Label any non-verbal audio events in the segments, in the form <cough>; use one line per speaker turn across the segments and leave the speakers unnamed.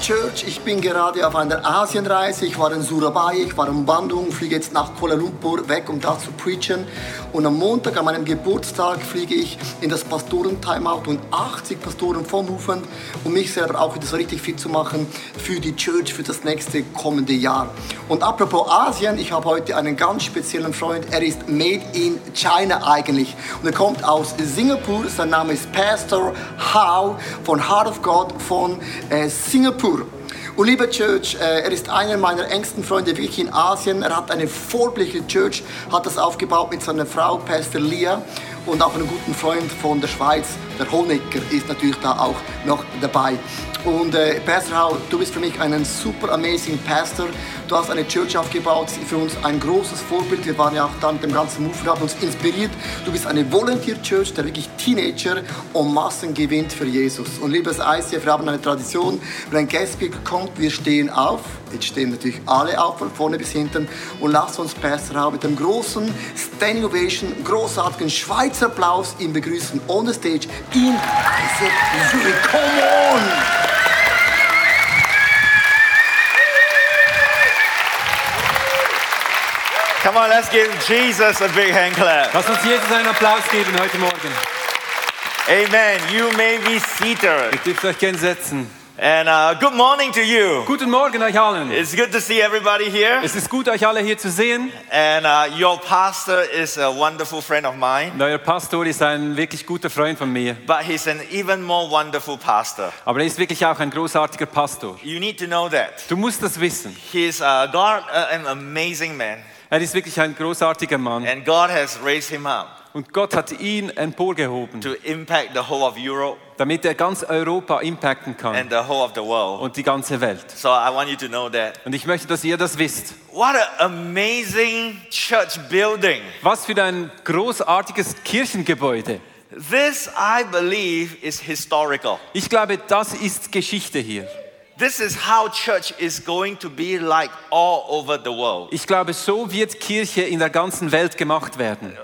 Church. Ich bin gerade auf einer Asienreise. Ich war in Surabaya, ich war in Bandung, fliege jetzt nach Kuala Lumpur weg, um da zu preachen. Und am Montag, an meinem Geburtstag, fliege ich in das Pastoren-Timeout und 80 Pastoren vom Movement, um mich selber auch wieder so richtig fit zu machen für die Church, für das nächste kommende Jahr. Und apropos Asien, ich habe heute einen ganz speziellen Freund. Er ist made in China eigentlich. Und er kommt aus Singapur. Sein Name ist Pastor Hao von Heart of God von äh, Singapur. Und liebe Church, äh, er ist einer meiner engsten Freunde wirklich in Asien. Er hat eine vorbliche Church, hat das aufgebaut mit seiner Frau Pastor Lia und auch einen guten Freund von der Schweiz, der Honecker, ist natürlich da auch noch dabei. Und äh, Pastor Hau, du bist für mich ein super amazing Pastor. Du hast eine Church aufgebaut, sie ist für uns ein großes Vorbild. Wir waren ja auch da mit dem ganzen Movement, haben uns inspiriert. Du bist eine Volunteer Church, der wirklich Teenager und Massen gewinnt für Jesus. Und liebes ICF, wir haben eine Tradition, wenn ein Guestpick kommt, wir stehen auf. Jetzt stehen natürlich alle auf, von vorne bis hinten. Und lasst uns Pastor Hau mit dem großen Standing Ovation, großartigen Schweizer Applaus ihn begrüßen on the stage in ICF Zurich. Come on!
Come on, let's give Jesus a big hand clap.
Lass uns Jesus einen Applaus geben heute Morgen.
Amen. You may be seated.
Ihr dürft euch gerne setzen.
And uh, good morning to you.
Guten Morgen euch allen.
It's good to see everybody here.
Es ist gut, euch alle hier zu sehen.
And uh, your pastor is a wonderful friend of mine,
Neuer Pastor ist ein wirklich guter Freund von mir.
but he's an even more wonderful pastor.
Aber er ist wirklich auch ein großartiger Pastor.
You need to know that.
Du musst das wissen.
He's uh, God, uh, an amazing man,
Er ist wirklich ein großartiger Mann.
and God has raised him up
Und Gott hat ihn emporgehoben,
to impact the whole of Europe
damit er ganz Europa impacten kann
and the whole of the world.
und die ganze Welt.
So I want you to know that.
Und ich möchte, dass ihr das wisst.
What an amazing church building.
Was für ein großartiges Kirchengebäude.
This, I believe, is historical.
Ich glaube, das ist Geschichte hier.
This is how church is going to be like all over the world.
Ich glaube, so wird Kirche in der ganzen Welt gemacht werden.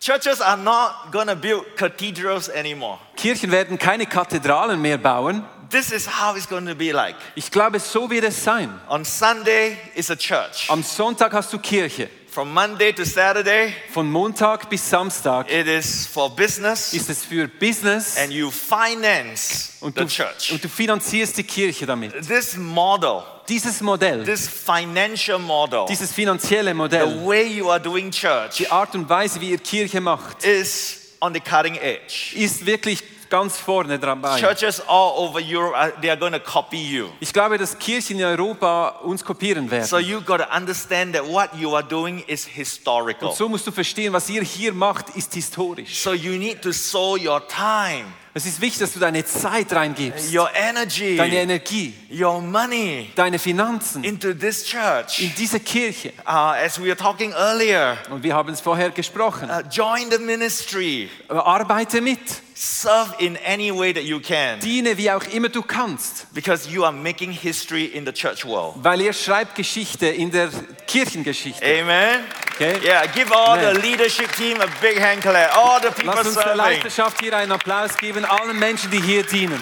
Churches are not going to build cathedrals anymore.
Kirchen werden keine Kathedralen mehr bauen.
This is how it's going to be like.
Ich glaube, so wird es sein.
On Sunday, it's a church.
Am Sonntag hast du Kirche.
From Monday to Saturday,
Von Montag bis Samstag
it is for business,
ist es für Business
and you finance
und
the
du,
church.
und du finanzierst die Kirche damit.
This model,
Dieses Modell,
this financial model,
dieses finanzielle
the
Modell,
way you are doing church
die Art und Weise, wie ihr Kirche macht,
is on the cutting edge.
ist wirklich ganz vorne dabei.
Churches all over Europe, are- they are going to copy you.
Ich glaube, dass Kirchen in Europa uns kopieren
So
werden.
you got to understand that what you are doing is historical.
Und so musst du verstehen, was ihr hier macht, ist historisch.
So you need to sow your time,
Es ist wichtig, dass du deine Zeit reingibst,
your energy,
deine Energie,
your money
deine Finanzen
into this church.
in diese Kirche.
Uh, as we were talking earlier,
Und wir haben es vorher gesprochen.
uh, join the ministry,
Arbeite mit,
serve in any way that you can,
diene wie auch immer du kannst,
because you are making history in the church world.
weil ihr schreibt Geschichte in der
Äh,
Kirchengeschichte.
Amen.
Okay.
Yeah, give all the
Amen.
leadership team a big hand clap. All the people
Lass uns der
serving.
Leiterschaft hier einen Applaus geben, allen Menschen, die hier dienen.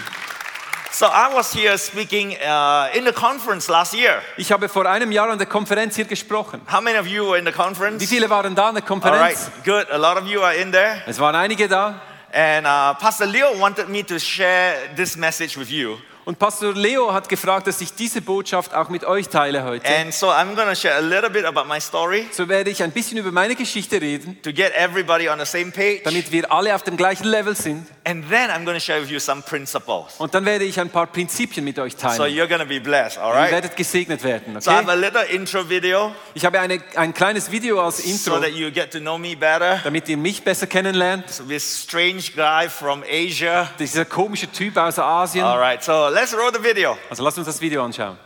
So I was here speaking uh, in the conference last year.
Ich habe vor einem Jahr an der Konferenz hier gesprochen.
How many of you were in the
Wie
conference?
viele waren da an der
All right,
Konferenz?
good. A lot of you are in there.
Es waren einige da.
And uh, Pastor Leo wanted me to share this message with you.
Und Pastor Leo hat gefragt, dass ich diese Botschaft auch mit euch teile heute.
And so I'm going to share a little bit about my story
So werde ich ein bisschen über meine Geschichte reden,
to get everybody on the same page.
damit wir alle auf dem gleichen Level sind.
And then I'm going to share with you some principles.
Und dann werde ich ein paar Prinzipien mit euch
So
teilen.
you're going to be blessed, all
Ihr
right?
werdet gesegnet werden.
So I have
Okay?
a little intro video
Ich habe eine, ein kleines Video als
so
Intro,
that you get to know me better.
damit ihr mich besser kennenlernt.
So this strange guy from Asia.
Dieser komische Typ aus Asien.
All right, so let's roll the video.
Also lasst uns das Video anschauen.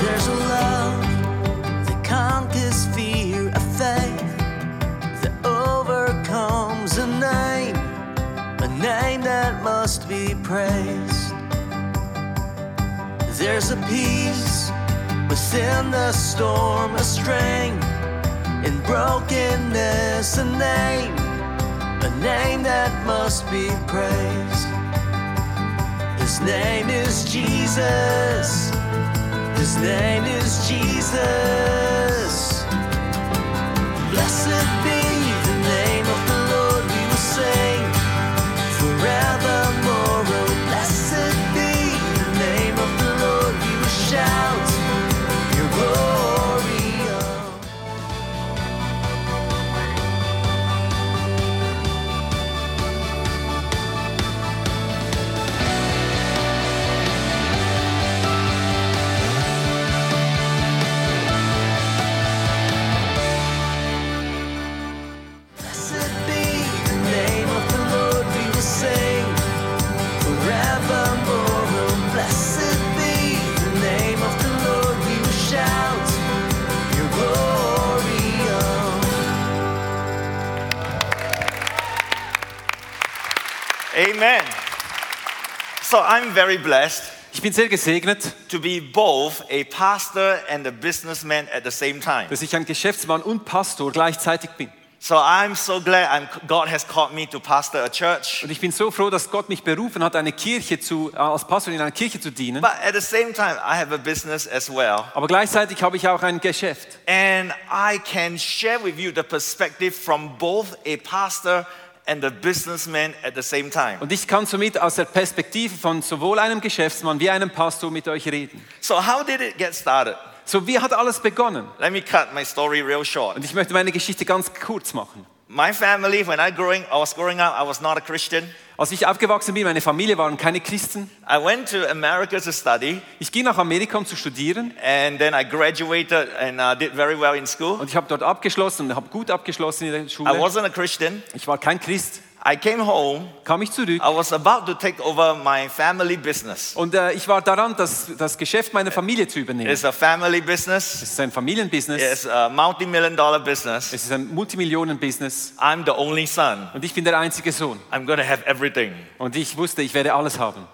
There's a love that conquers fear, a faith that overcomes a name, a name that must be praised. There's a peace, was in the storm a strength, in brokenness a name, a name that must be praised. His name is Jesus. His name is Jesus. Blessed be the name of the Lord, we will sing forevermore. Oh, blessed be the name of the Lord, we will shout your glory. Oh. Blessed be the name of the Lord, we will sing forevermore. Oh, blessed be the name of the Lord, we will shout your glory. Oh.
Amen. So I'm very blessed
Ich bin sehr gesegnet,
to be both a pastor and a businessman at the same time.
dass ich ein Geschäftsmann und Pastor gleichzeitig bin.
So I'm so glad I'm, God has called me to pastor a church.
Und ich bin so froh, dass Gott mich berufen hat, eine Kirche zu, äh, als Pastor in einer Kirche zu dienen.
But at the same time, I have a business as well.
Aber gleichzeitig habe ich auch ein Geschäft.
And I can share with you the perspective from both a pastor and a businessman at the same time.
Und ich kann somit aus der Perspektive von sowohl einem Geschäftsmann wie einem Pastor mit euch reden.
So, how did it get started?
So, wie hat alles begonnen?
Let me cut my story real short.
Und ich möchte meine Geschichte ganz kurz machen.
My family, when I, growing, I was growing up, I was not a Christian.
Als ich aufgewachsen bin, meine Familie waren keine Christen.
I went to America to study,
Ich ging nach Amerika, um zu studieren.
and then I graduated and uh, did very well in school.
Und ich habe dort abgeschlossen und habe gut abgeschlossen in der
I
Schule.
wasn't a Christian.
Ich war kein Christ.
I came home.
Kam ich zurück.
I was about to take over my family business.
Und äh, ich war daran, das, das Geschäft meiner Familie zu übernehmen.
It's a family business.
Es ist ein Familienbusiness.
It's a multi-million dollar business.
Es ist ein Multimillionen-Business.
I'm the only son.
Und ich bin der einzige Sohn.
I'm gonna have everything.
Und ich wusste, ich werde alles haben.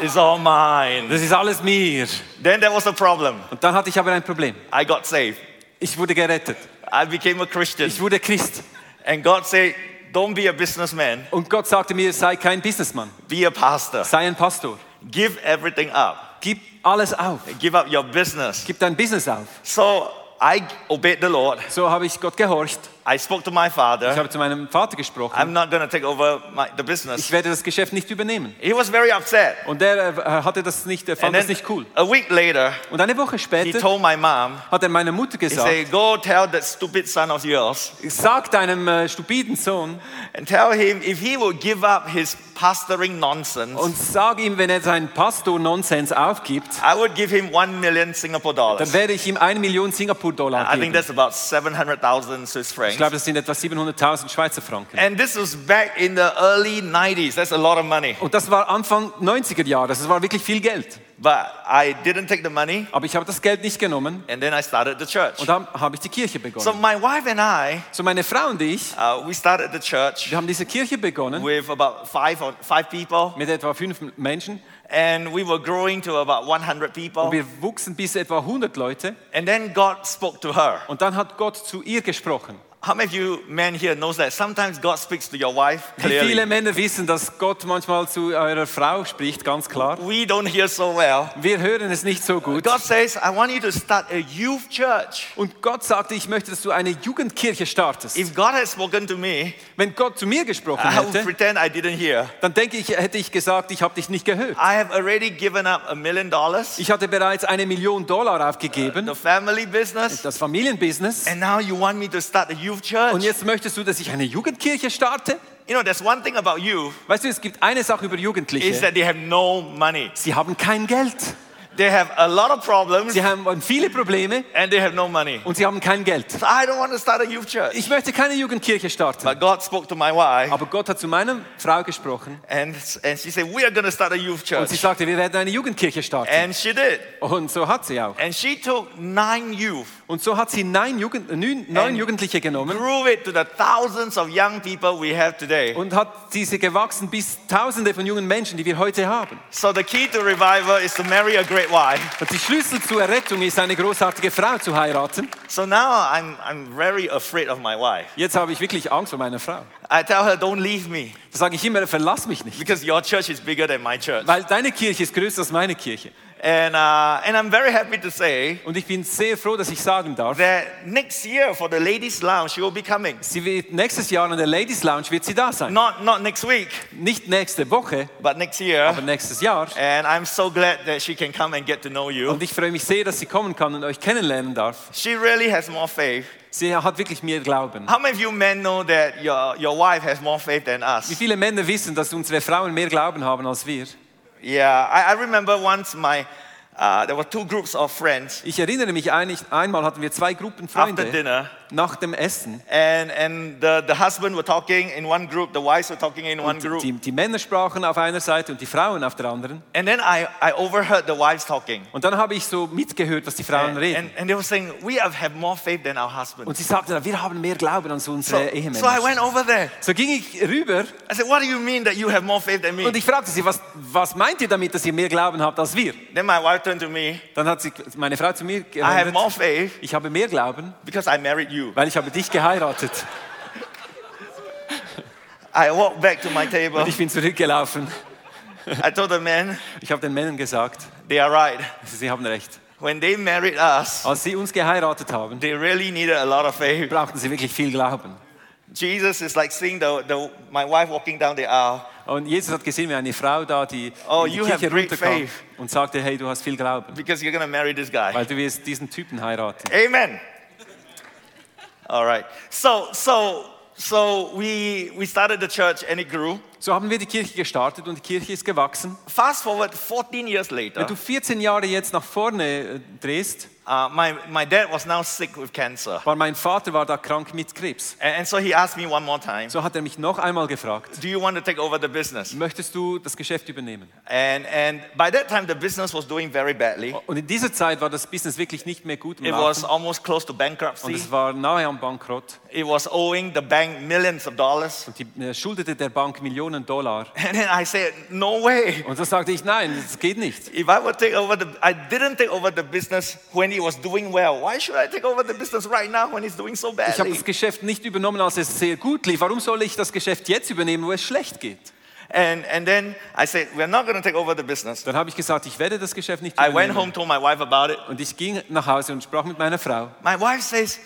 it's all mine.
Das ist alles mir.
Then there was a problem.
Und dann hatte ich aber ein Problem.
I got saved.
Ich wurde gerettet.
I became a Christian.
Ich wurde Christ.
And God said, Don't be a businessman,
Und Gott sagte mir, sei kein Businessmann.
be a pastor.
Sei ein Pastor.
Give everything up.
Gib alles auf.
Give up your business.
Gib dein Business auf.
So I obeyed the Lord.
So habe ich Gott gehorcht.
I spoke to my
Ich
father.
habe zu meinem Vater gesprochen.
I'm not gonna take over my, the
Ich
business.
werde das Geschäft nicht übernehmen.
He was very upset.
Und er äh, hatte das nicht, er fand
And
das
then
nicht cool.
a week later,
Und eine Woche
he
später
told my mom,
hat er meiner Mutter
he
gesagt,
said, Go tell that stupid son of yours
sag deinem äh, stupiden Sohn
and tell him if he will give up his pastoring nonsense,
und sag ihm, wenn er seinen Pastor-Nonsens aufgibt,
I would give him one million Singapore
dann
dollars.
werde ich ihm eine Million Singapur-Dollar
I think
geben.
that's about 700,000 Swiss
Ich
francs.
glaube, das sind etwa 700.000 Schweizer Franken.
And this was back in the early 90s. That's a lot of money.
Und das war Anfang 90er Jahre, das war wirklich viel Geld.
But I didn't take the money,
Aber ich habe das Geld nicht genommen
and then I started the church.
und dann habe ich die Kirche
So
begonnen.
my wife and I,
So meine Frau und ich,
uh, we started the church
wir haben diese Kirche begonnen
with about five or five people,
mit etwa fünf Menschen
and we were growing to about 100
und
people.
wir wuchsen bis etwa 100 Leute.
And then God spoke to her.
Und dann hat Gott zu ihr gesprochen.
How many of you men here knows that sometimes God speaks to your wife
Wie viele
clearly?
Männer wissen, dass Gott manchmal zu eurer Frau spricht, ganz klar.
We don't hear so well.
Wir hören es nicht so gut.
God says, "I want you to start a youth church."
Und Gott sagte, ich möchte, dass du eine Jugendkirche startest.
If God had spoken to me,
Wenn Gott zu mir gesprochen
I would
hätte,
pretend I didn't hear.
dann denke ich, hätte ich gesagt, ich habe dich nicht gehört.
I have already given up a million dollars,
Ich hatte bereits eine Million Dollar aufgegeben,
<laughs> the family business,
das Familienbusiness.
and now you want me to start a youth church?
Und jetzt möchtest du, dass ich eine Jugendkirche starte?
You know, there's one thing about you
Weißt du, es gibt eine Sache über
is
Jugendliche.
that they have no money.
Sie haben kein Geld.
They have a lot of problems
Sie haben viele Probleme
and they have no money.
und sie haben kein Geld.
So I don't want to start a youth church.
Ich möchte keine Jugendkirche starten.
But God spoke to my wife
Aber Gott hat zu meiner Frau gesprochen
and, and she said, We are going to start a youth
und sie
church.
sagte, wir werden eine Jugendkirche starten.
And she did.
Und so hat sie auch.
And she took nine youth,
Und so hat sie neun, Jugend, äh, neun, neun
And-
Jugendliche genommen
grew it to the thousands of young people we have today.
und hat diese gewachsen bis Tausende von jungen Menschen, die wir heute haben.
So the key to revival is to marry a great wife.
Und die Schlüssel zur Errettung ist, eine großartige Frau zu heiraten.
So now I'm, I'm very afraid of my wife.
Jetzt habe ich wirklich Angst vor meiner Frau.
I tell her, don't leave me
Da sage ich immer, verlass mich nicht.
because your church is bigger than my church.
Weil deine Kirche ist größer als meine Kirche.
And, uh, and I'm very happy to say
Und ich bin sehr froh, dass ich sagen darf,
that next year for the ladies' lounge, she will be coming.
sie wird nächstes Jahr an der Ladies Lounge wird sie da sein.
Not, not next week,
Nicht nächste Woche,
but next year.
aber nächstes Jahr.
And I'm so glad that she can come and get to know you.
Und ich freue mich sehr, dass sie kommen kann und euch kennenlernen darf.
She really has more faith.
Sie hat wirklich mehr Glauben.
How many of you men know that your, your wife has more faith than
Wie
us?
viele Männer wissen, dass unsere Frauen mehr Glauben haben als wir?
Yeah, I, I remember once my, uh, there were two groups of friends
Ich erinnere mich, einig, einmal hatten wir zwei Gruppen
after
Freunde
dinner.
nach dem Essen.
And, and the, the husband were talking in one group, the wives were talking in one
Und
group.
die, die Männer sprachen auf einer Seite und die Frauen auf der anderen.
And then I, I overheard the wives talking.
Und dann habe ich so mitgehört, was die Frauen
And,
reden.
and, and they were saying, we have, have more faith than our husband.
Und sie sagten, dann, wir haben mehr Glauben als
So,
unsere
so I
Ehemänner.
went over there.
So ging ich rüber
I said, what do you mean that you have more faith than me?
und ich fragte sie, was, was meint ihr damit, dass ihr mehr Glauben habt als wir?
Then my wife turned to me,
Dann hat sie, meine Frau zu mir
I have more
gewendet,
faith
ich habe mehr Glauben,
because I married you.
weil ich habe dich geheiratet.
I walked back to my table.
Und ich bin zurückgelaufen.
I told the men,
Ich habe den Männern gesagt,
they are right.
sie haben recht.
When they married us,
Als sie uns geheiratet haben,
they really needed a lot of faith.
brauchten sie wirklich viel Glauben.
Jesus is like seeing the, the, my wife walking down the aisle.
Und Jesus hat gesehen, wie eine Frau da, die
Oh,
in die
you
Kirche
have great
runterkam
faith.
und sagte, hey, du hast viel Glauben,
because you're going to marry this guy.
weil du wirst diesen Typen heiraten.
Amen. All right. So, so, so we, we started the church and it grew.
So haben wir die Kirche gestartet und die Kirche ist gewachsen.
Fast forward 14 years later,
Wenn du 14 Jahre jetzt nach vorne äh, drehst,
uh, my, my dad was now sick with cancer.
war mein Vater war da krank mit Krebs.
And, and so he asked me one more time,
So hat er mich noch einmal gefragt,
do you want to take over the business?
möchtest du das Geschäft übernehmen?
And, and by that time, the business was doing very badly.
Und in dieser Zeit war das Business wirklich nicht mehr gut im
It was
Laufen.
almost close to
Und
bankruptcy.
es war nahe am Bankrott.
It was owing the bank millions of dollars. <laughs>
Und die äh, schuldete der Bank Millionen Dollar.
And then I said, no way.
Und so sagte ich, nein, das geht nicht.
If I would take over the, I didn't take over the business when it was doing well. Why should I take over the business right now when it's doing so
Ich habe
badly?
das Geschäft nicht übernommen, als es sehr gut lief. Warum soll ich das Geschäft jetzt übernehmen, wo es schlecht geht?
And, and then I said, we're not going to take over the business.
Dann habe ich gesagt, ich werde das Geschäft nicht
I went home,
übernehmen.
told my wife about it.
Und ich ging nach Hause und sprach mit meiner Frau.
My wife says,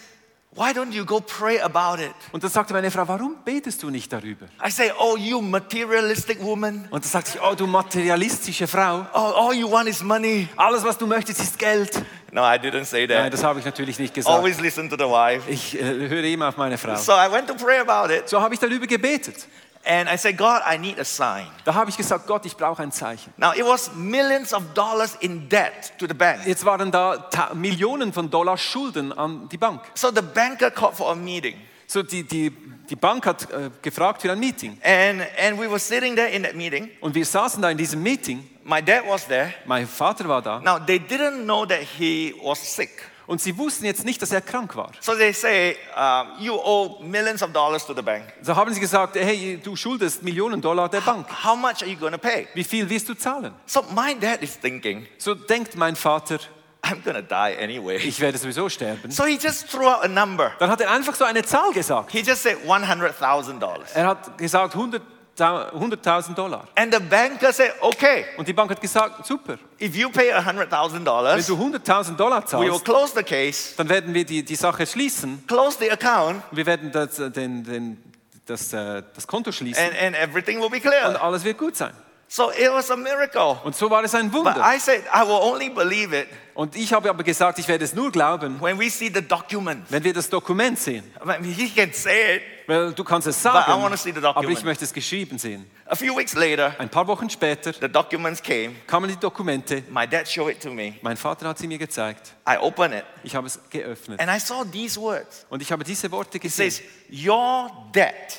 why don't you go pray about it?
Und dann sagte meine Frau, warum betest du nicht darüber?
I say, oh, you materialistic woman.
Und dann sagte ich, oh du materialistische Frau,
Oh, all you want is money.
alles was du möchtest ist Geld.
No, I didn't say
Nein,
that.
das habe ich natürlich nicht gesagt.
Always listen to the wife.
Ich äh, höre immer auf meine Frau.
So I went to pray about it.
So habe ich darüber gebetet.
And I said, God, I need a sign.
Da habe ich gesagt, Gott, ich brauche ein Zeichen.
Now, it was millions of dollars in debt to the bank.
Jetzt waren da ta Millionen von Dollar Schulden an die Bank.
So the banker called for a meeting.
So die, die, die Bank hat äh, gefragt für ein Meeting.
And, and we were sitting there in that meeting.
Und wir saßen da in diesem Meeting.
My dad was there.
Mein Vater war da.
Now, they didn't know that he was sick.
Und sie wussten jetzt nicht, dass er krank war.
So they say, um, You owe millions of dollars to the bank.
So haben sie gesagt, hey, du schuldest Millionen Dollar der Bank.
How much are you going to pay?
Wie viel wirst du zahlen?
So my dad is thinking,
So denkt mein Vater,
I'm going to die anyway.
ich werde sowieso sterben.
So he just threw out a number.
Dann hat er einfach so eine Zahl gesagt.
He just said $100,000.
Er hat gesagt 100 Ta- 100.000 Dollar.
And the banker said, Okay,
Und die Bank hat gesagt, super,
if you pay
wenn
$100,000,
du 100.000 Dollar
we will
zahlst,
close the case.
dann werden wir die, die Sache schließen.
close the account
Und wir werden das, äh, den, den, das, äh, das Konto schließen
and, äh, and everything will be
und
clear.
alles wird gut sein.
So it was a miracle.
Und so war es ein
But
Wunder.
I said, I will only believe it
Und ich habe aber gesagt, ich werde es nur glauben,
when we see the document.
wenn wir das Dokument sehen.
I mean, he can say it.
Weil du kannst es
But I wanna see the
sagen,
document.
aber ich möchte es geschrieben sehen.
A few weeks later,
Ein paar Wochen später
the documents came.
kamen die Dokumente.
My dad showed it to me.
Mein Vater hat sie mir gezeigt.
I opened it
Ich habe es geöffnet.
and I saw these words.
Und ich habe diese Worte
It
gesehen.
says, Your debt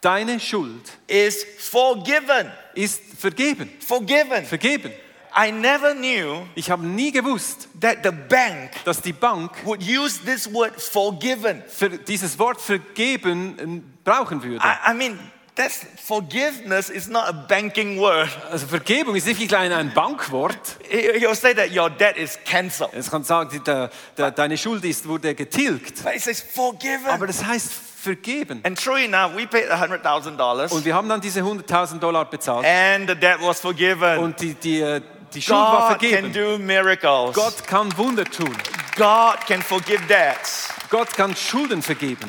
Deine Schuld
is forgiven.
ist vergeben.
Forgiven.
Vergeben.
I never knew
Ich habe nie gewusst,
that the bank
dass die Bank
would use this word forgiven. Ah.
für dieses Wort vergeben äh, brauchen würde.
I, I mean, That's forgiveness is not a banking word. <laughs>
Also Vergebung ist nicht gleich ein Bankwort.
He- He'll say that your debt is cancelled.
Es kann sagen, der, der, deine Schuld ist, wurde getilgt.
But it says forgiven.
Aber das heißt vergeben.
and true enough, we paid
Und
$100,000
wir haben dann diese 100.000 Dollar bezahlt
and the debt was forgiven.
und die, die, äh, die Schuld war
God can
vergeben.
do miracles.
Gott kann Wunder tun.
God can forgive debts.
Gott kann Schulden vergeben.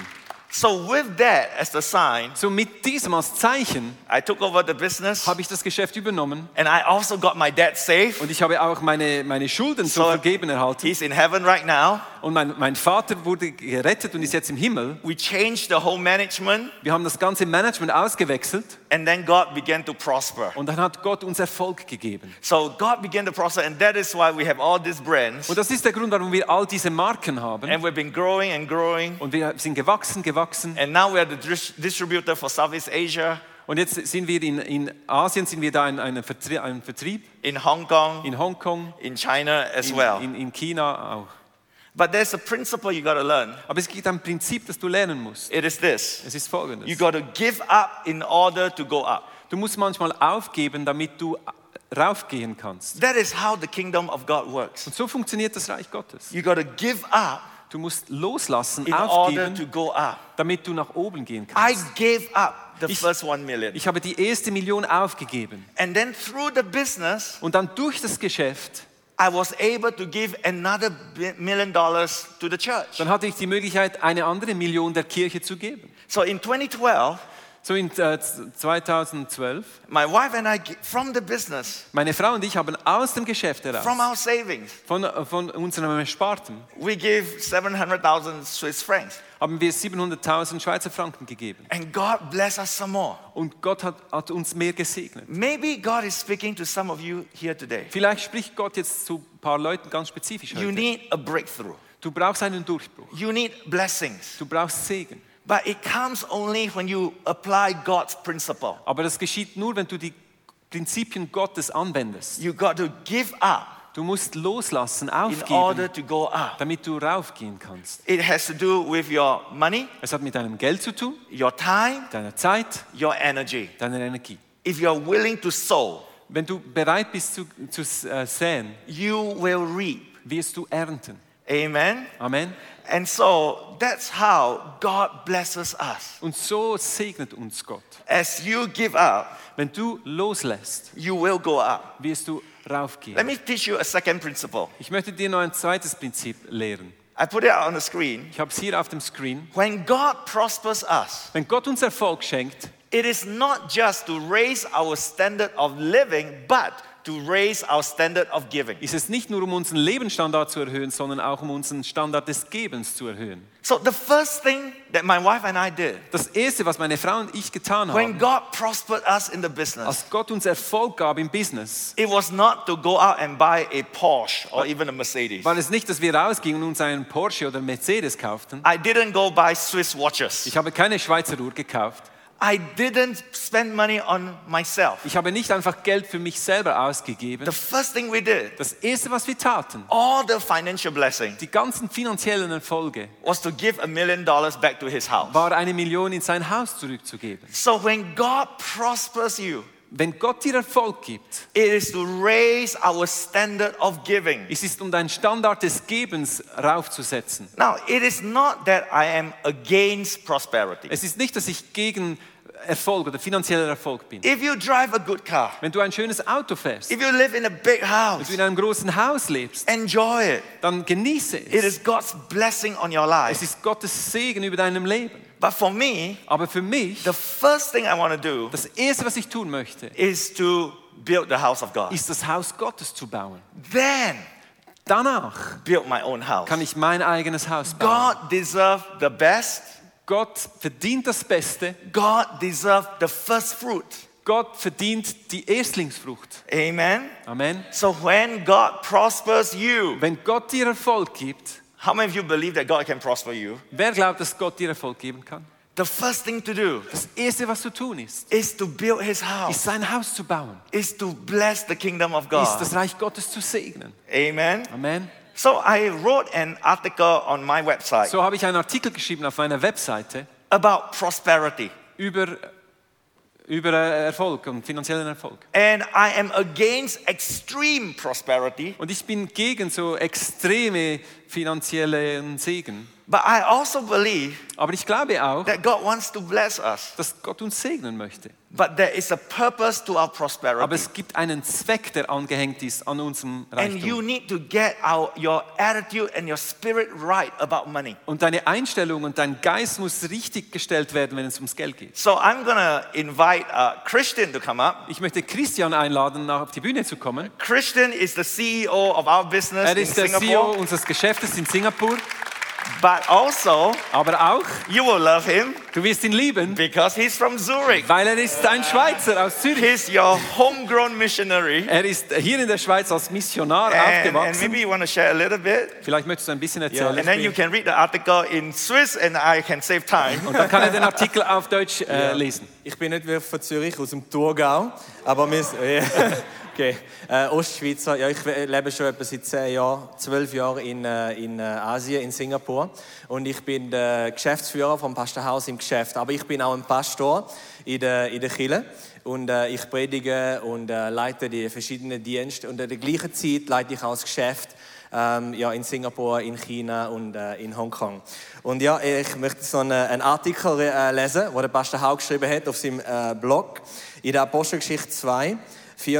So with that as the sign,
So mit diesem als Zeichen
I took over the business
habe ich das Geschäft übernommen
and I also got my debt saved.
und ich habe auch meine, meine Schulden so
So-
vergeben erhalten.
He's in heaven right now.
Und mein, mein Vater wurde gerettet und ist jetzt im Himmel.
We changed the whole management
Wir haben das ganze Management ausgewechselt
and then God began to prosper.
und dann hat Gott uns Erfolg gegeben.
So God began to prosper and that is why we have all these brands
Und das ist der Grund, warum wir all diese Marken haben.
and we've been growing and growing.
Und wir sind gewachsen, gewachsen.
And now we are the dis- distributor for Southeast Asia
Und jetzt sind wir in, in Asien, sind wir da in einem Vertrie einem Vertrieb,
in Hong Kong,
in Hongkong,
in China as
in,
well.
in, in China auch.
But there's a principle you got to learn.
Aber es gibt ein Prinzip, das du lernen musst.
It is this.
Es ist
You
folgendes.
got to give up in order to go up.
Du musst manchmal aufgeben, damit du raufgehen kannst.
That is how the kingdom of God works.
Und so funktioniert das Reich Gottes.
You got to give up
Du musst loslassen,
in order to
aufgeben,
go up.
damit du nach oben gehen
I
kannst.
gave up the
Ich-
first one million.
Ich habe die erste Million aufgegeben.
And then through the business,
Und dann durch das Geschäft,
I was able to give another bi- million dollars to the church.
dann hatte ich die Möglichkeit, eine andere Million der Kirche zu geben.
So in 2012,
So in äh, 2012,
my wife and I, gi- from the business,
meine Frau und ich haben aus dem Geschäft heraus,
from our savings,
von, von unserem Ersparten,
we gave 700,000 Swiss francs.
haben wir 700.000 Schweizer Franken gegeben.
And God bless us some more.
Und Gott hat, hat uns mehr gesegnet.
Maybe God is speaking to some of you here today.
Vielleicht spricht Gott jetzt zu ein paar Leuten ganz spezifisch
You
heute.
need a breakthrough.
Du brauchst einen Durchbruch.
You need blessings.
Du brauchst Segen.
But it comes only when you apply God's principle.
Aber das geschieht nur, wenn du die Prinzipien Gottes anwendest.
You got to give up
Du musst loslassen,
in order
aufgeben,
to go up.
damit du raufgehen kannst.
It has to do with your money,
Es hat mit deinem Geld zu tun,
your time,
deiner Zeit,
your energy.
deiner Energie.
If you're willing to sow,
Wenn du bereit bist zu, zu äh, säen,
you will reap.
wirst du ernten.
Amen.
Amen.
And so that's how God blesses us.
Und so segnet uns Gott.
As you give up,
Wenn du loslässt,
you will go up.
wirst du
Let
raufgehen.
me teach you a second principle.
Ich möchte dir noch ein zweites Prinzip lehren.
I put it out on the screen.
Ich habe es hier auf dem Screen.
When God prospers us,
Wenn Gott uns Erfolg schenkt,
it is not just to raise our standard of living, but to raise our standard of giving.
ist es nicht nur um unseren Lebensstandard zu erhöhen, sondern auch um unseren Standard des Gebens zu erhöhen.
So the first thing that my wife and I did
Das Erste, was meine Frau und ich getan
when
haben,
God prospered us in the business,
als Gott uns Erfolg gab im Business,
it was not to go out and buy a Porsche or even a Mercedes.
war es nicht, dass wir rausgingen und uns einen Porsche oder Mercedes kauften.
I didn't go buy Swiss watches.
Ich habe keine Schweizer Uhr gekauft.
I didn't spend money on myself.
Ich habe nicht einfach Geld für mich selber ausgegeben.
The first thing we did,
Das Erste, was wir taten,
all the financial blessing,
die ganzen finanziellen Erfolge,
was to give a million dollars back to his house.
war eine Million in sein Haus zurückzugeben.
So when God prospers you,
Wenn Gott dir Erfolg gibt,
it is to raise our standard of giving.
es ist um deinen Standard des Gebens raufzusetzen.
Now, it is not that I am against prosperity.
Es ist nicht, dass ich gegen Erfolg oder finanzieller Erfolg bin.
If you drive a good car,
Wenn du ein schönes Auto fährst,
if you live in a big
wenn
house,
du in einem großen Haus lebst,
enjoy it.
dann genieße
It
es.
is God's blessing on your
Es
life.
ist Gottes Segen über deinem Leben.
But for me,
Aber für mich,
the first thing I want to do
das Erste, was ich tun möchte,
is to build the house of God.
ist das Haus Gottes zu bauen.
Then
Danach
build my own house.
kann ich mein eigenes Haus bauen.
God deserves the best.
Gott verdient das Beste.
God deserves the first fruit.
Gott verdient die Erstlingsfrucht.
Amen.
Amen.
So when God prospers you,
Wenn Gott dir Erfolg gibt,
how many of you believe that God can prosper you?
wer glaubt, dass Gott dir Erfolg geben kann?
The first thing to do
Das Erste, was zu tun ist,
is to build his
ist
house,
sein Haus zu bauen,
is to bless the kingdom of
ist das
God.
Reich Gottes zu segnen.
Amen.
Amen.
So I wrote an article on my website
So habe ich einen Artikel geschrieben auf meiner Webseite
about prosperity.
über über äh, Erfolg und finanziellen Erfolg.
And I am against extreme prosperity,
Und ich bin gegen so extreme finanziellen Segen.
but I also believe
Aber ich glaube auch,
that God wants to bless us.
dass Gott uns segnen möchte.
But there is a purpose to our
Aber
prosperity.
es gibt einen Zweck, der angehängt ist an unserem
And you
Reichtum.
need to get our, your attitude and your spirit right about money.
Und deine Einstellung und dein Geist muss richtig gestellt werden, wenn es ums Geld geht.
So I'm going to invite uh, Christian to come up.
Ich möchte Christian einladen, nach auf die Bühne zu kommen.
Christian is the CEO of our business
Er
in
ist der CEO
Singapore,
unseres Geschäftes in Singapur.
but also
Aber auch,
you will love him
du wirst ihn lieben,
because he's from Zurich.
weil er ist ein Schweizer aus Zürich.
He's your homegrown missionary.
Er ist hier in der Schweiz als Missionar
And, and
aufgewachsen.
maybe you want to share a little bit.
Vielleicht möchtest du ein bisschen erzählen.
And then you can read the article in Swiss, and I can save time.
Dann kann er den Artikel auf Deutsch äh, lesen.
Ich bin nicht wirklich von Zürich, aus dem Thurgau, aber wir sind- <laughs> ja, okay. äh, Ostschweizer. Ja, ich we- lebe schon etwa seit zehn Jahren, zwölf Jahren in, äh, in äh, Asien, in Singapur. Und ich bin der Geschäftsführer vom Pastorhaus im Geschäft. Aber ich bin auch ein Pastor in der, in der Kirche. Und äh, ich predige und äh, leite die verschiedenen Dienste. Und in der gleichen Zeit leite ich auch das Geschäft ähm, ja, in Singapur, in China und äh, in Hongkong. Und ja, ich möchte so einen, einen Artikel äh, lesen, den der Pastor Hau geschrieben hat auf seinem äh, Blog. In der Apostelgeschichte 2,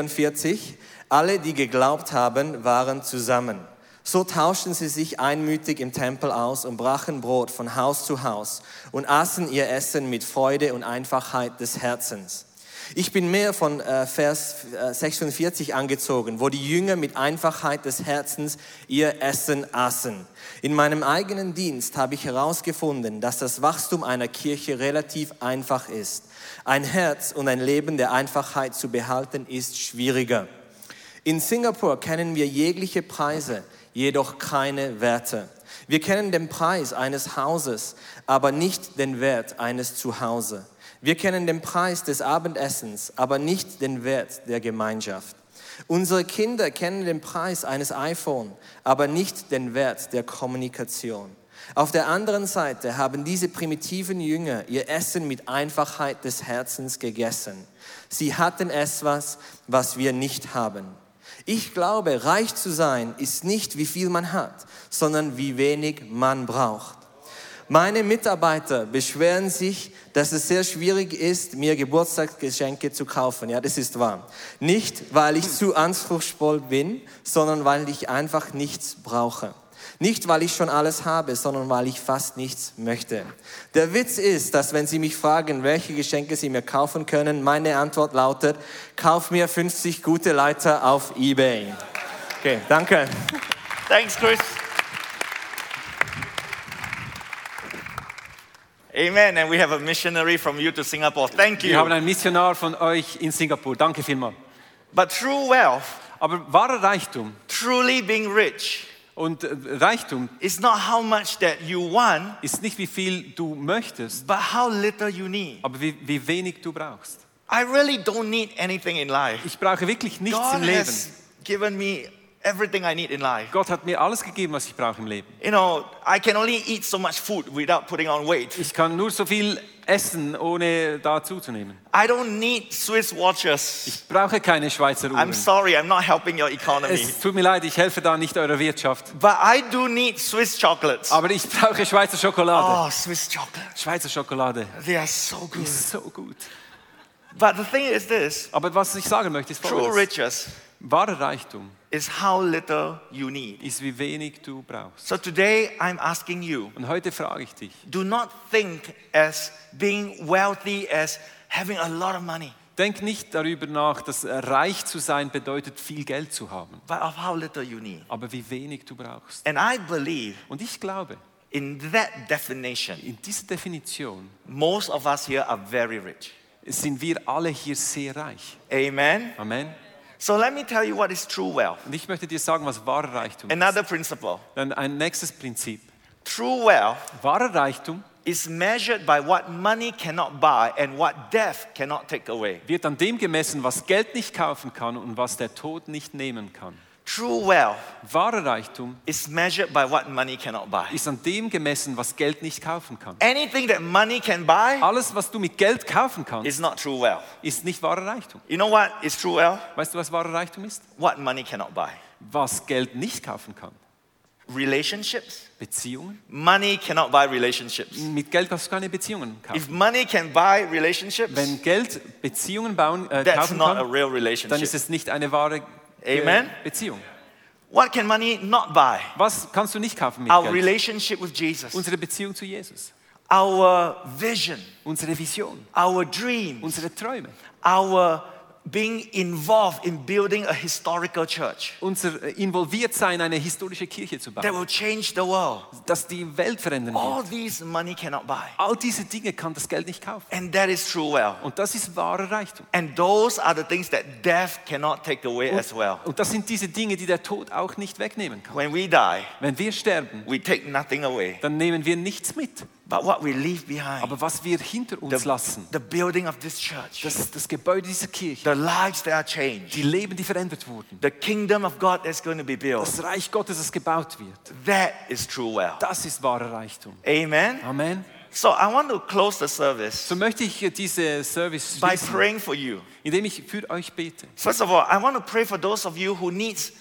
44. Alle, die geglaubt haben, waren zusammen. So tauschten sie sich einmütig im Tempel aus und brachen Brot von Haus zu Haus und aßen ihr Essen mit Freude und Einfachheit des Herzens. Ich bin mehr von äh, Vers äh, 46 angezogen, wo die Jünger mit Einfachheit des Herzens ihr Essen aßen. In meinem eigenen Dienst habe ich herausgefunden, dass das Wachstum einer Kirche relativ einfach ist. Ein Herz und ein Leben der Einfachheit zu behalten ist schwieriger. In Singapur kennen wir jegliche Preise, jedoch keine Werte. Wir kennen den Preis eines Hauses, aber nicht den Wert eines Zuhause. Wir kennen den Preis des Abendessens, aber nicht den Wert der Gemeinschaft. Unsere Kinder kennen den Preis eines iPhone, aber nicht den Wert der Kommunikation. Auf der anderen Seite haben diese primitiven Jünger ihr Essen mit Einfachheit des Herzens gegessen. Sie hatten etwas, was wir nicht haben. Ich glaube, reich zu sein ist nicht, wie viel man hat, sondern wie wenig man braucht. Meine Mitarbeiter beschweren sich, dass es sehr schwierig ist, mir Geburtstagsgeschenke zu kaufen. Ja, das ist wahr. Nicht, weil ich zu anspruchsvoll bin, sondern weil ich einfach nichts brauche. Nicht, weil ich schon alles habe, sondern weil ich fast nichts möchte. Der Witz ist, dass wenn Sie mich fragen, welche Geschenke Sie mir kaufen können, meine Antwort lautet, kauf mir 50 gute Leiter auf eBay. Okay, danke.
Thanks, Chris. Amen. And we have a missionary from you to Singapore. Thank
Wir haben
you.
einen Missionar von euch in Singapur. Danke vielmals.
But true wealth,
Aber wahrer Reichtum
truly being rich,
und äh, Reichtum
is not how much that you want,
ist nicht, wie viel du möchtest,
but how little you need.
aber wie, wie wenig du brauchst.
I really don't need anything in life.
Ich brauche wirklich nichts
God
im Leben.
has given me everything I need in life.
Gott hat mir alles gegeben, was ich brauche im Leben.
You know, I can only eat so much food without putting on weight.
Ich kann nur so viel essen, ohne da zuzunehmen.
I don't need Swiss watches.
Ich brauche keine Schweizer Uhren.
I'm sorry, I'm not helping your economy.
Es tut mir leid, ich helfe da nicht eurer Wirtschaft.
But I do need Swiss chocolates.
Aber ich brauche Schweizer Schokolade.
Oh, Swiss chocolates.
Schweizer Schokolade.
They are so good.
So gut.
But the thing is this
Aber was ich sagen möchte, ist
true
folgendes.
riches
Wahrer Reichtum
is how little you need.
ist, wie wenig du brauchst.
So today I'm asking you
Und heute frage ich dich,
do not think as being wealthy as having a lot of money,
denk nicht darüber nach, dass reich zu sein bedeutet, viel Geld zu haben,
but of how little you need.
aber wie wenig du brauchst.
And I believe
Und ich glaube,
in that definition,
in dieser Definition
most of us here are very rich.
sind wir alle hier sehr reich.
Amen.
Amen.
So let me tell you what is true wealth.
Und ich möchte dir sagen, was wahrer Reichtum ist.
Another principle
Dann ein nächstes Prinzip.
true wealth
Wahrer Reichtum
is measured by what money cannot buy and what death cannot take away.
wird an dem gemessen, was Geld nicht kaufen kann und was der Tod nicht nehmen kann.
True wealth
Wahrer Reichtum
is measured by what money cannot buy.
ist an dem gemessen, was Geld nicht kaufen kann.
Anything that money can buy
Alles, was du mit Geld kaufen kannst,
is not true wealth.
ist nicht wahrer Reichtum.
You know what is true wealth?
Weißt du, was wahrer Reichtum ist?
What money cannot buy.
Was Geld nicht kaufen kann.
Relationships.
Beziehungen.
Money cannot buy relationships.
Mit Geld kannst du keine Beziehungen kaufen.
If money can buy relationships,
Wenn Geld Beziehungen bauen, äh,
that's
kaufen
not a
kann,
real
dann ist
relationship.
es nicht eine wahre äh,
Amen.
Beziehung.
What can money not buy?
Was kannst du nicht kaufen mit
Our
Geld?
relationship with Jesus,
Unsere Beziehung zu Jesus,
our vision,
unsere Vision,
our dream,
unsere Träume,
our being involved in building a historical church
unser äh, Involviertsein, eine historische Kirche zu
that
bauen,
will change the world.
dass die Welt verändern
All
wird.
these money cannot buy.
All diese Dinge kann das Geld nicht kaufen.
And that is true wealth.
Und das ist wahrer Reichtum.
And those are the things that death cannot take away as well.
Und das sind diese Dinge, die der Tod auch nicht wegnehmen kann.
When we die,
Wenn wir sterben,
we take nothing away.
dann nehmen wir nichts mit.
But what we leave behind,
Aber was wir hinter uns
the,
lassen,
the building of this church,
das, das Gebäude dieser Kirche,
the lives that are
die
changed,
Leben, die verändert wurden,
the kingdom of God that's going to be built,
das Reich Gottes, das gebaut wird,
that is true wealth.
das ist wahrer Reichtum.
Amen.
Amen.
So I want to close the service
So möchte ich äh, diese Service
by
schließen,
praying for you.
indem ich für euch bete.
First of all, I want to pray for those of you who needs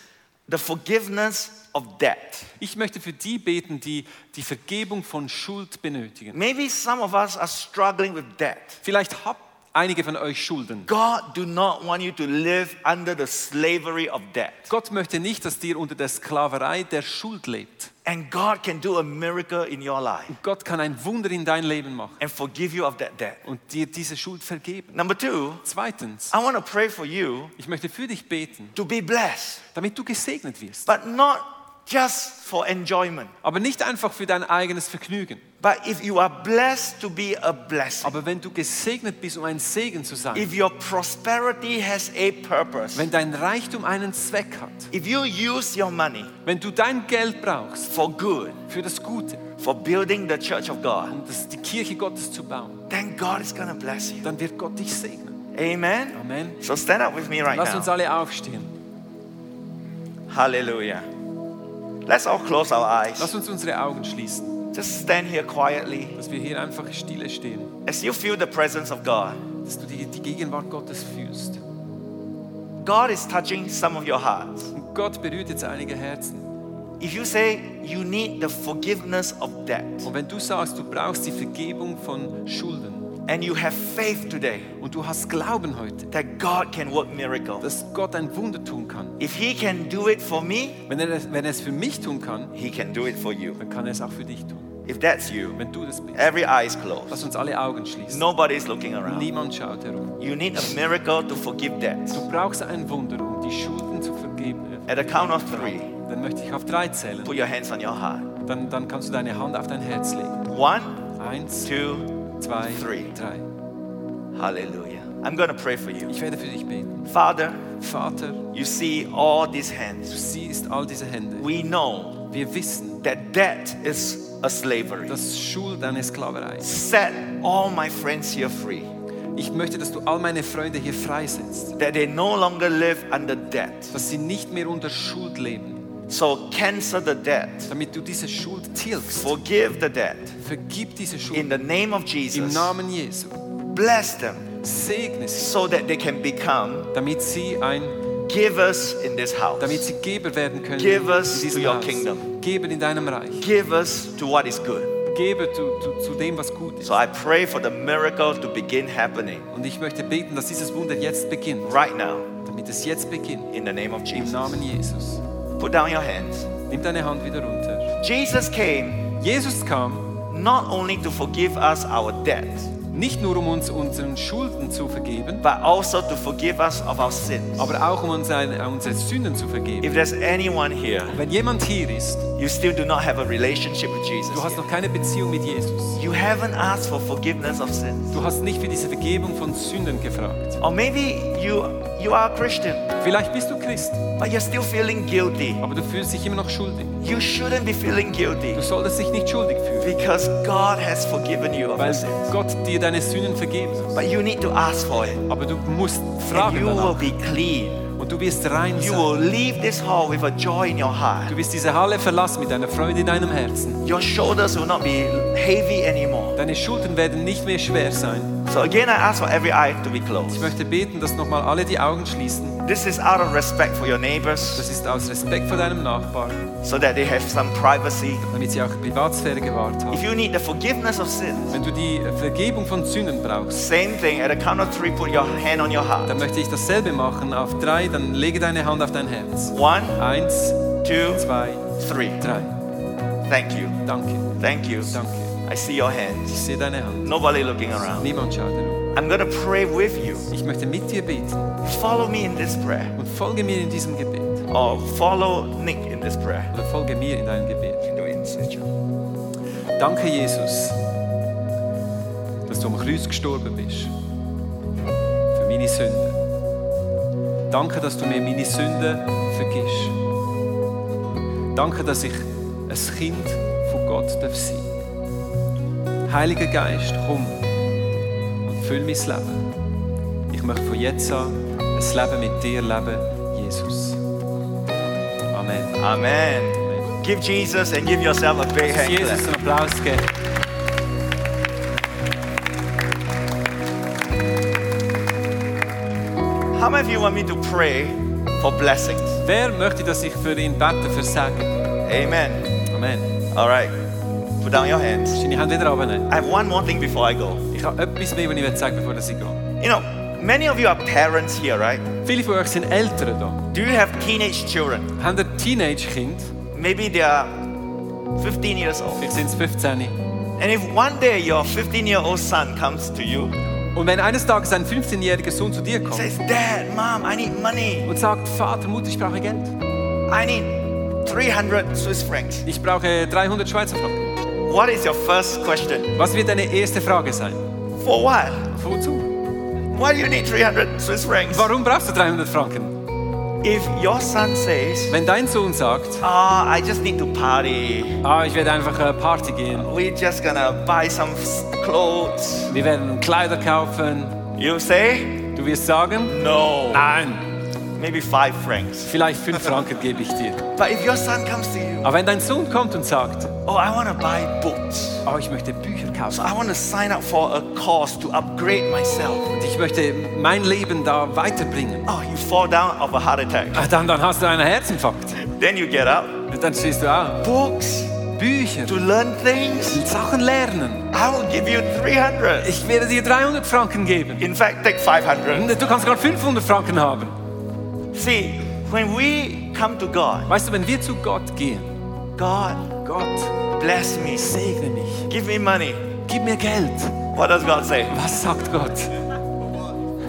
the forgiveness of debt.
Ich möchte für die beten, die die Vergebung von Schuld benötigen.
Maybe some of us are struggling with debt.
Vielleicht habt einige von euch Schulden.
God do not want you to live under the slavery of debt.
Gott möchte nicht, dass ihr unter der Sklaverei der Schuld lebt.
And God can do a miracle in your life
Gott kann ein Wunder in dein Leben machen
and forgive you of that debt.
und dir diese Schuld vergeben.
Number two,
Zweitens,
I want to pray for you
ich möchte für dich beten,
to be blessed,
damit du gesegnet wirst.
but not just for enjoyment.
Aber nicht einfach für dein eigenes Vergnügen.
But if you are blessed to be a blessing,
Aber wenn du gesegnet bist, um ein Segen zu sein,
if your prosperity has a purpose,
wenn dein Reichtum einen Zweck hat,
if you use your money
wenn du dein Geld brauchst
for good,
für das Gute,
for building the church of God,
um das, die Kirche Gottes zu bauen,
then God is going to bless you.
dann wird Gott dich segnen.
Amen.
Amen.
So stand up with me right
Lass uns
now.
alle aufstehen.
Hallelujah. Let's all close our
Lass
eyes.
uns unsere Augen schließen,
Just stand here quietly
dass wir hier einfach stille stehen,
as you feel the presence of God.
dass du die, die Gegenwart Gottes fühlst.
God is touching some of your hearts.
Und Gott berührt jetzt einige Herzen.
If you say you need the forgiveness of debt
Und wenn du sagst, du brauchst die Vergebung von Schulden
and you have faith today
und du hast Glauben heute,
that God can work miracles,
dass Gott ein Wunder tun kann,
if He can do it for me,
wenn er, es- wenn er es für mich tun kann,
He can do it for you.
dann kann er es auch für dich tun.
If that's you,
Wenn du das bist,
every eye is
lass
closed.
uns alle Augen schließen.
Nobody's looking around.
Niemand schaut herum.
You need a miracle to forgive debts.
Du brauchst ein Wunder, um die Schulden zu vergeben.
At the count of three,
Dann möchte ich auf drei zählen.
put your hands on your heart.
Dann, dann kannst du deine Hand auf dein Herz legen.
One,
Eins,
two,
zwei,
three.
drei.
hallelujah. I'm going to pray for you.
Ich werde für dich beten.
Father,
Vater,
you see all these
du
hands.
siehst all diese Hände.
We know
Wir wissen,
that debt is a slavery.
dass Schuld eine Sklaverei ist.
Set all my friends here free,
Ich möchte, dass du all meine Freunde hier freisetzt.
that they no longer live under debt.
Dass sie nicht mehr unter Schuld leben.
So cancel the debt,
Damit du diese Schuld tilgst.
forgive the debt.
Vergib diese
In
Schuld
the name of
im
Jesus,
Namen Jesu.
bless them
Segne sie,
so that they can become
damit sie ein
givers in this house.
damit sie Geber werden können.
Give us
in
to
diesem
your
Haus.
kingdom.
Geber in deinem Reich.
Give us to what is good.
Geber zu, zu, zu dem, was gut ist.
So I pray for the miracle to begin happening
Und ich möchte beten, dass dieses Wunder jetzt beginnt.
right now
Damit es jetzt beginnt.
in the name of
Im
Jesus.
Namen Jesus.
Put down your hands.
Nimm deine Hand wieder runter.
Jesus came
Jesus kam
not only to forgive us our debt,
nicht nur, um uns unseren Schulden zu vergeben,
but also to forgive us of our sins.
aber auch, um uns eine, unsere Sünden zu vergeben.
If there's anyone here,
Wenn jemand hier ist,
you still do not have a relationship with Jesus,
du hast
yet.
noch keine Beziehung mit Jesus.
you haven't asked for forgiveness of sins,
Du hast nicht für diese Vergebung von Sünden gefragt.
or maybe you you are a Christian,
Vielleicht bist du Christ,
but you're still feeling guilty.
aber du fühlst dich immer noch schuldig.
You shouldn't be feeling guilty
Du solltest dich nicht schuldig fühlen.
because God has forgiven you of your
weil
sins.
Gott dir deine Sünden vergeben hat.
But you need to ask for it,
Aber du musst
and
fragen
you will
danach
be clean.
und Und du wirst rein
You will
sein.
leave this hall with a joy in your heart.
Du wirst diese Halle verlassen mit einer Freude in deinem Herzen.
Your shoulders will not be heavy anymore.
Deine Schultern werden nicht mehr schwer sein.
So again, I ask for every eye to be
Ich
closed.
möchte beten, dass nochmal alle die Augen schließen.
This is out of respect for your neighbors,
Das ist aus Respekt vor deinem Nachbarn,
so that they have some privacy.
damit sie auch Privatsphäre gewahrt
If
haben.
you need the forgiveness of sins,
Wenn du die Vergebung von Sünden brauchst,
same thing. At the count of three, put your hand on your
dann
heart.
möchte ich dasselbe machen. Auf drei, dann lege deine Hand auf dein Herz.
One,
Eins,
two,
zwei,
three.
drei.
Thank you.
Danke,
Thank you.
danke.
I see your hands.
Ich sehe deine Hand.
Nobody looking around.
Niemand schaut herum.
I'm going to pray with you.
Ich möchte mit dir beten
Follow me in this prayer,
und folge mir in diesem Gebet.
or follow Nick in this prayer.
Oder folge mir in deinem Gebet.
Do it in such a-
Danke, Jesus, dass du am Kreuz gestorben bist. Für meine Sünden. Danke, dass du mir meine Sünden vergibst. Danke, dass ich ein Kind von Gott sein darf sein Heiliger Geist, komm und füll mein Leben. Ich möchte von jetzt an ein Leben mit dir leben, Jesus. Amen.
Amen. Give Jesus and give yourself a big hand. clap.
Jesus einen Applaus geben.
How many of you want me to pray for blessings?
Wer möchte, dass ich für ihn bete, für Segen?
Amen.
Amen.
All right. Put down your hands.
Deine Hand wieder runter.
I have one more thing before I go.
Ich habe etwas mehr, was ich sagen will, bevor ich gehe.
You know, many of you are parents here, right?
Viele von euch sind Eltern da.
Do you have teenage children?
Haben ihr Teenage-Kind?
Maybe they are 15 years old.
Vielleicht sind es 15.
And if one day your 15 year old son comes to you,
Und wenn eines Tages ein 15-jähriger Sohn zu dir kommt
says, Dad, Mom, I need money.
und sagt, Vater, Mutter, ich brauche Geld.
I need 300 Swiss francs.
Ich brauche 300 Schweizer Franken.
What is your first question?
Was wird deine erste Frage sein?
For what?
Wozu?
Why do you need 300 Swiss francs?
Warum brauchst du 300 Franken?
If your son says,
Wenn dein Sohn sagt,
Ah, I just need to party.
ah, ich werde einfach äh, Party gehen.
We're just gonna buy some s- clothes.
Wir werden Kleider kaufen.
You say?
Du wirst sagen,
No.
nein,
Maybe five francs.
vielleicht 5 Franken gebe ich dir.
But if your son comes to you,
Aber wenn dein Sohn kommt und sagt,
oh, I wanna buy books.
oh, ich möchte Bücher
So
kaufen
I wanna sign up for a course to upgrade myself.
und ich möchte mein Leben da weiterbringen,
Oh, you fall down of a heart <laughs> attack.
ah, dann, dann hast du einen Herzinfarkt.
Then you get up.
Und dann stehst du auf.
Books
Bücher,
to learn things.
Sachen lernen.
I will give you 300.
Ich werde dir 300 Franken geben.
In fact, take 500.
Du kannst gerade 500 Franken haben.
See, when we come to God,
Weißt du, wenn wir zu Gott gehen,
God
Gott,
bless me,
segne mich,
give me money.
gib mir Geld.
What does God say?
Was sagt Gott?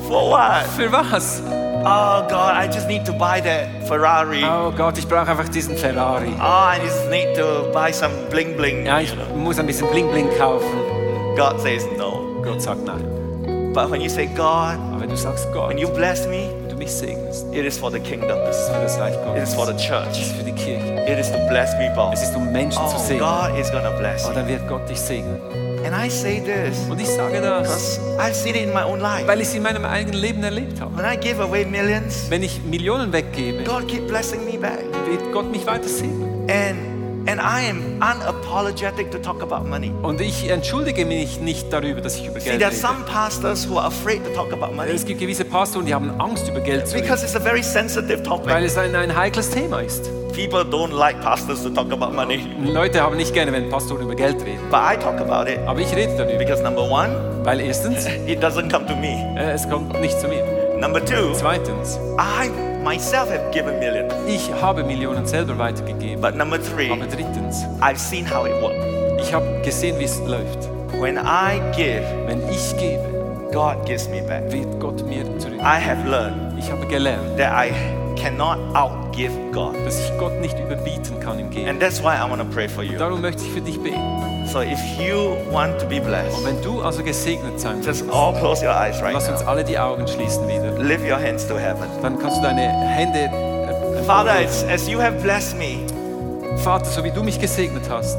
For what?
Für was?
Oh God, I just need to buy that Ferrari. Oh,
Oh Gott, ich brauche einfach diesen Ferrari.
I just need to buy some bling bling.
Ja, ich muss ein bisschen Bling Bling kaufen.
God says no.
Gott sagt nein.
But when you say God,
Aber wenn du sagst Gott,
when you bless me,
wenn du mich segnest,
it is for the kingdom.
Es ist für das Reich
It
Gottes.
is for the church.
Es ist für die Kirche.
It is to bless people.
Es ist um Menschen zu
Oh,
segnen.
God is gonna bless
Und
you.
dann wird Gott dich segnen.
And I say this
Und ich sage
because
das,
I've seen it in my own life.
weil ich es in meinem eigenen Leben erlebt habe.
When I give away millions,
Wenn ich Millionen weggebe,
God keep blessing me back.
wird Gott mich weiter segnen.
And and I am unapologetic to talk about money.
Und ich entschuldige mich nicht darüber, dass ich über
See,
Geld
there are
rede.
some pastors who are afraid to talk about money
Es gibt gewisse Pastoren, die haben Angst, über Geld zu reden,
because it's a very sensitive topic.
weil es ein, ein heikles Thema ist.
People don't like pastors to talk about money,
Leute haben nicht gerne, wenn Pastoren über Geld reden.
but I talk about it
Aber ich rede darüber,
because number one,
weil erstens, äh,
it doesn't come to me.
es kommt nicht zu mir.
Number two,
Zweitens,
I myself have given millions.
ich habe Millionen selber weitergegeben.
But number
Aber
three,
drittens,
I've seen how it works.
Ich habe gesehen, wie es läuft.
When I give,
Wenn ich gebe,
God gives me back.
wird Gott mir zurück.
I have learned
Ich habe gelernt,
that I cannot outgive God,
dass ich Gott nicht überbieten kann im Geben.
and that's why I want to pray for you.
Darum möchte ich für dich beten.
So if you want to be blessed,
Wenn du also gesegnet sein willst,
just all close your eyes right
lass uns
now.
alle die Augen schließen wieder.
Lift your hands to heaven.
Dann kannst du deine Hände. äh,
Father, as, as you have blessed me,
Vater, so wie du mich gesegnet hast,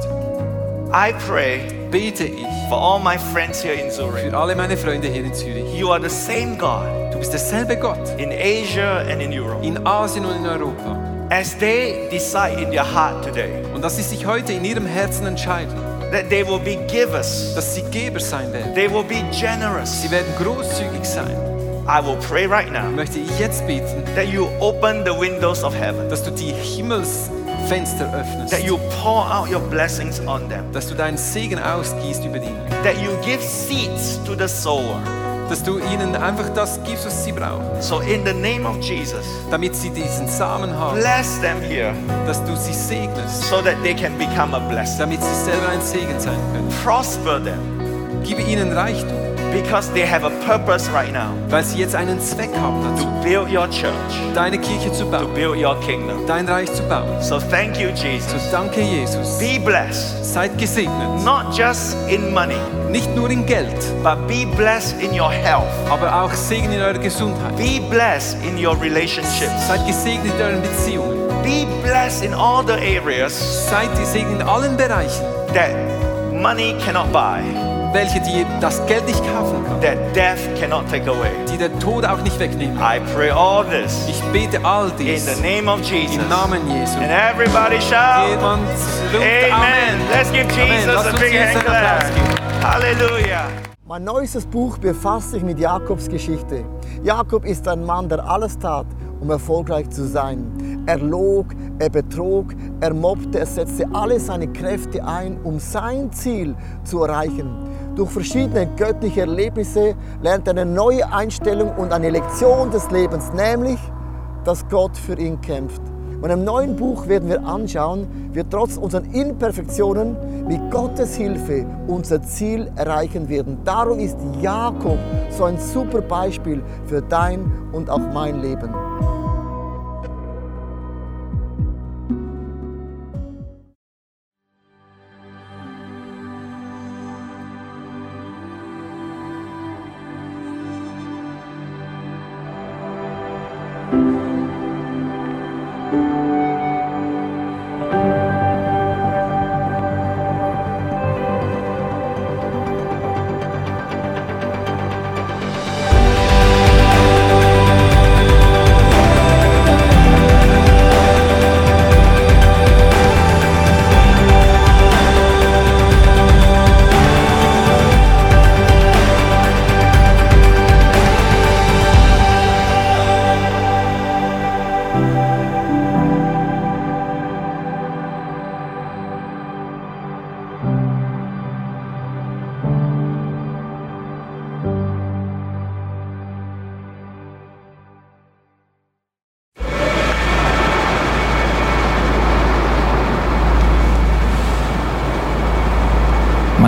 I pray
bete ich
for all my friends here in Zurich.
für alle meine Freunde hier in Zürich.
You are the same God
Du bist derselbe Gott
in Asia and in Europe.
in Asien und in Europa.
As they decide in their heart today
Und dass sie sich heute in ihrem Herzen entscheiden,
that they will be givers,
dass sie Geber sein werden.
they will be generous.
Sie werden großzügig sein.
I will pray right now
Möchte ich jetzt beten,
that you open the windows of heaven,
dass du die Himmelsfenster
that
öffnest,
you pour out your blessings on them,
dass du deinen Segen ausgießt über ihnen,
that you give seeds to the sower.
dass du ihnen einfach das gibst, was sie brauchen,
So, in the name of Jesus,
damit sie diesen Samen haben,
bless them here
dass du sie segnest,
so that they can become a blessing.
damit sie selber ein Segen sein können.
Prosper them
Gib ihnen Reichtum,
because they have a purpose right now
weil sie jetzt einen Zweck haben dazu,
to build your church,
deine Kirche zu
to
bauen,
build your kingdom.
dein Reich zu bauen.
So, thank you,
So
Jesus.
danke Jesus.
Be blessed,
Seid gesegnet,
not just in money,
nicht nur in Geld,
but be blessed in your health.
aber auch Segen in eurer Gesundheit.
Be blessed in your relationships.
Seid gesegnet in euren Beziehungen.
Be blessed in all the areas
Seid gesegnet in allen Bereichen.
that money cannot buy,
welche die das Geld nicht kaufen kann,
that death cannot take away.
die der Tod auch nicht wegnehmen.
I pray all this
Ich bete all
in
dies
the name of Jesus.
im Namen Jesu.
And everybody shout,
Jemand ruft
Amen.
Amen.
Let's give
Amen.
Jesus
Lasst
a
uns
big
Jesus
hand
einen Applaus
clap.
geben.
Hallelujah.
Mein neuestes Buch befasst sich mit Jakobs Geschichte. Jakob ist ein Mann, der alles tat, um erfolgreich zu sein. Er log, er betrog, er mobbte, er setzte alle seine Kräfte ein, um sein Ziel zu erreichen. Durch verschiedene göttliche Erlebnisse lernt er eine neue Einstellung und eine Lektion des Lebens, nämlich, dass Gott für ihn kämpft. Und im neuen Buch werden wir anschauen, wie trotz unseren Imperfektionen mit Gottes Hilfe unser Ziel erreichen werden. Darum ist Jakob so ein super Beispiel für dein und auch mein Leben.